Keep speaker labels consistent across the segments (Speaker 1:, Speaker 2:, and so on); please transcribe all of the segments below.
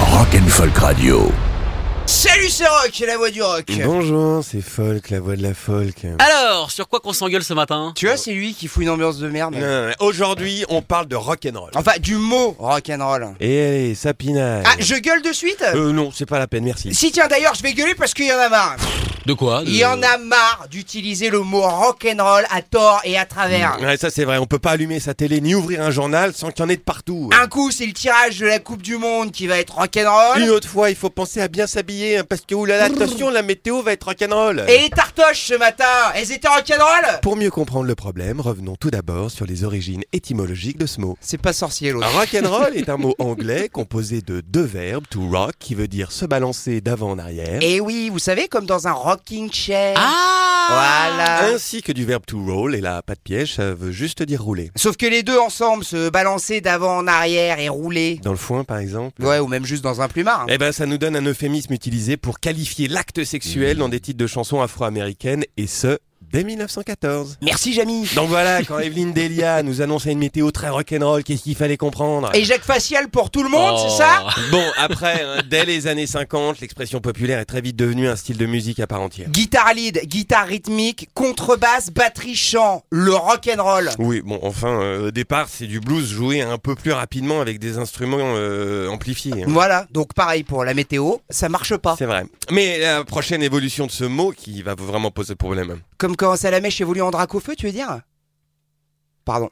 Speaker 1: Rock and Folk Radio.
Speaker 2: Salut c'est Rock, la voix du rock
Speaker 3: Bonjour, c'est Folk, la voix de la Folk.
Speaker 4: Ah,
Speaker 5: Alors, sur quoi qu'on s'engueule ce matin
Speaker 2: Tu vois c'est lui qui fout une ambiance de merde.
Speaker 4: Non,
Speaker 3: Euh.
Speaker 4: non, non. Aujourd'hui, on parle de rock'n'roll.
Speaker 2: Enfin du mot rock'n'roll.
Speaker 3: Ah, Et allez, ça pinaille.
Speaker 2: Ah je gueule de suite
Speaker 3: Euh, non, c'est pas la peine, merci.
Speaker 2: Si tiens d'ailleurs je vais gueuler parce qu'il y en a marre.
Speaker 5: De quoi De-
Speaker 2: Il y en a marre d'utiliser le mot rock'n'roll à tort et à travers.
Speaker 3: Ouais, ça c'est vrai, on peut pas allumer sa télé ni ouvrir un journal sans qu'il y en ait de partout.
Speaker 2: Un coup c'est le tirage de la Coupe du Monde qui va être rock'n'roll.
Speaker 3: Une autre fois, il faut penser à bien s'habiller hein, parce que oulala, attention, la météo va être rock'n'roll.
Speaker 2: Et les tartoches ce matin, elles étaient rock'n'roll
Speaker 3: Pour mieux comprendre le problème, revenons tout d'abord sur les origines étymologiques de ce mot.
Speaker 2: C'est pas sorcier l'autre.
Speaker 3: Rock'n'roll est un mot anglais composé de deux verbes, to rock, qui veut dire se balancer d'avant en arrière,
Speaker 2: Et Eh oui, vous savez comme dans un rocking chair.
Speaker 5: Ah
Speaker 2: Voilà.
Speaker 3: ainsi que du verbe to roll, et là, pas de piège, ça veut juste dire rouler.
Speaker 2: Sauf que les deux ensemble se balancer d'avant en arrière et rouler.
Speaker 3: Dans le foin, par exemple.
Speaker 2: Ouais, ou même juste dans un plumard. hein.
Speaker 3: Eh ben, ça nous donne un euphémisme utilisé pour qualifier l'acte sexuel
Speaker 2: Mmh.
Speaker 3: dans des titres de chansons afro-américaines, et ce, dès 1914.
Speaker 2: Merci Jamy.
Speaker 3: Donc voilà, quand Evelyne Delia nous annonçait une météo très rock'n'roll, qu'est-ce qu'il fallait comprendre
Speaker 2: Et Jacques Facial pour tout le monde,
Speaker 5: Oh.
Speaker 2: c'est ça
Speaker 3: Bon, après, hein, dès les années 50, l'expression populaire est très vite devenue un style de musique à part entière.
Speaker 2: Guitare lead, guitare rythmique, contrebasse, batterie, chant, le rock'n'roll.
Speaker 3: Oui, bon, enfin, euh, au départ, c'est du blues joué un peu plus rapidement avec des instruments euh, amplifiés. hein.
Speaker 2: Voilà, donc pareil pour la météo, ça marche pas.
Speaker 3: C'est vrai. Mais la prochaine évolution de ce mot qui va vraiment poser problème.
Speaker 2: Comme quand Salamèche évolue en drac au feu, tu veux dire Pardon.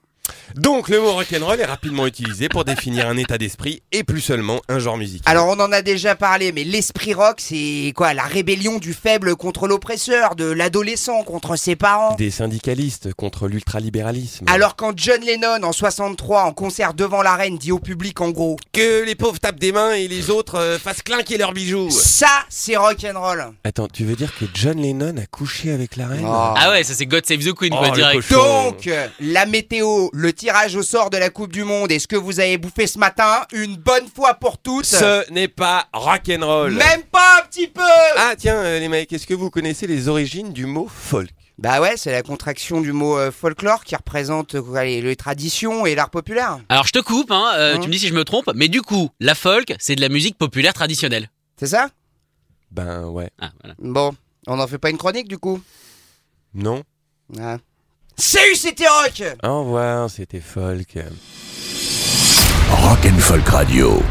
Speaker 3: Donc le mot rock'n'roll est rapidement utilisé pour définir un état d'esprit et plus seulement un genre musical.
Speaker 2: Alors on en a déjà parlé, mais l'esprit rock, c'est quoi La rébellion du faible contre l'oppresseur, de l'adolescent contre ses parents.
Speaker 3: Des syndicalistes contre l'ultralibéralisme.
Speaker 2: Alors quand John Lennon en 63 en concert devant l'arène dit au public en gros
Speaker 3: que les pauvres tapent des mains et les autres euh, fassent clinquer leurs bijoux.
Speaker 2: ça c'est rock'n'roll.
Speaker 3: Attends, tu veux dire que John Lennon a couché avec la reine
Speaker 5: Ah ouais, ça c'est God Save the Queen,
Speaker 3: Oh,
Speaker 5: quoi,
Speaker 3: le
Speaker 5: direct.
Speaker 3: cochon.
Speaker 2: Donc, la météo, le tirage au sort de la Coupe du Monde et ce que vous avez bouffé ce matin, une bonne fois pour toutes.
Speaker 3: Ce n'est pas rock'n'roll.
Speaker 2: Même pas un petit peu
Speaker 3: Ah tiens euh, les mecs, est-ce que vous connaissez les origines du mot folk
Speaker 2: Bah ouais, c'est la contraction du mot euh, folklore qui représente euh, allez, les traditions et l'art populaire.
Speaker 5: Alors je te coupe, hein, euh,
Speaker 2: Hein
Speaker 5: tu me dis si je me trompe, mais du coup, la folk, c'est de la musique populaire traditionnelle.
Speaker 2: C'est ça
Speaker 3: Ben ouais.
Speaker 5: Ah, voilà.
Speaker 2: Bon, on n'en fait pas une chronique du coup
Speaker 3: Non
Speaker 2: ah. Salut, c'était Rock
Speaker 3: Au revoir, c'était folk.
Speaker 1: Rock and Folk Radio.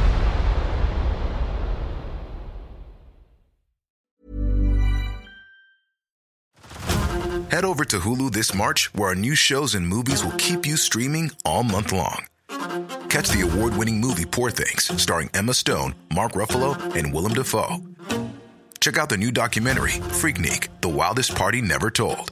Speaker 6: Head over to Hulu this March, where our new shows and movies will keep you streaming all month long. Catch the award winning movie Poor Things, starring Emma Stone, Mark Ruffalo, and Willem Dafoe. Check out the new documentary, Freaknik The Wildest Party Never Told,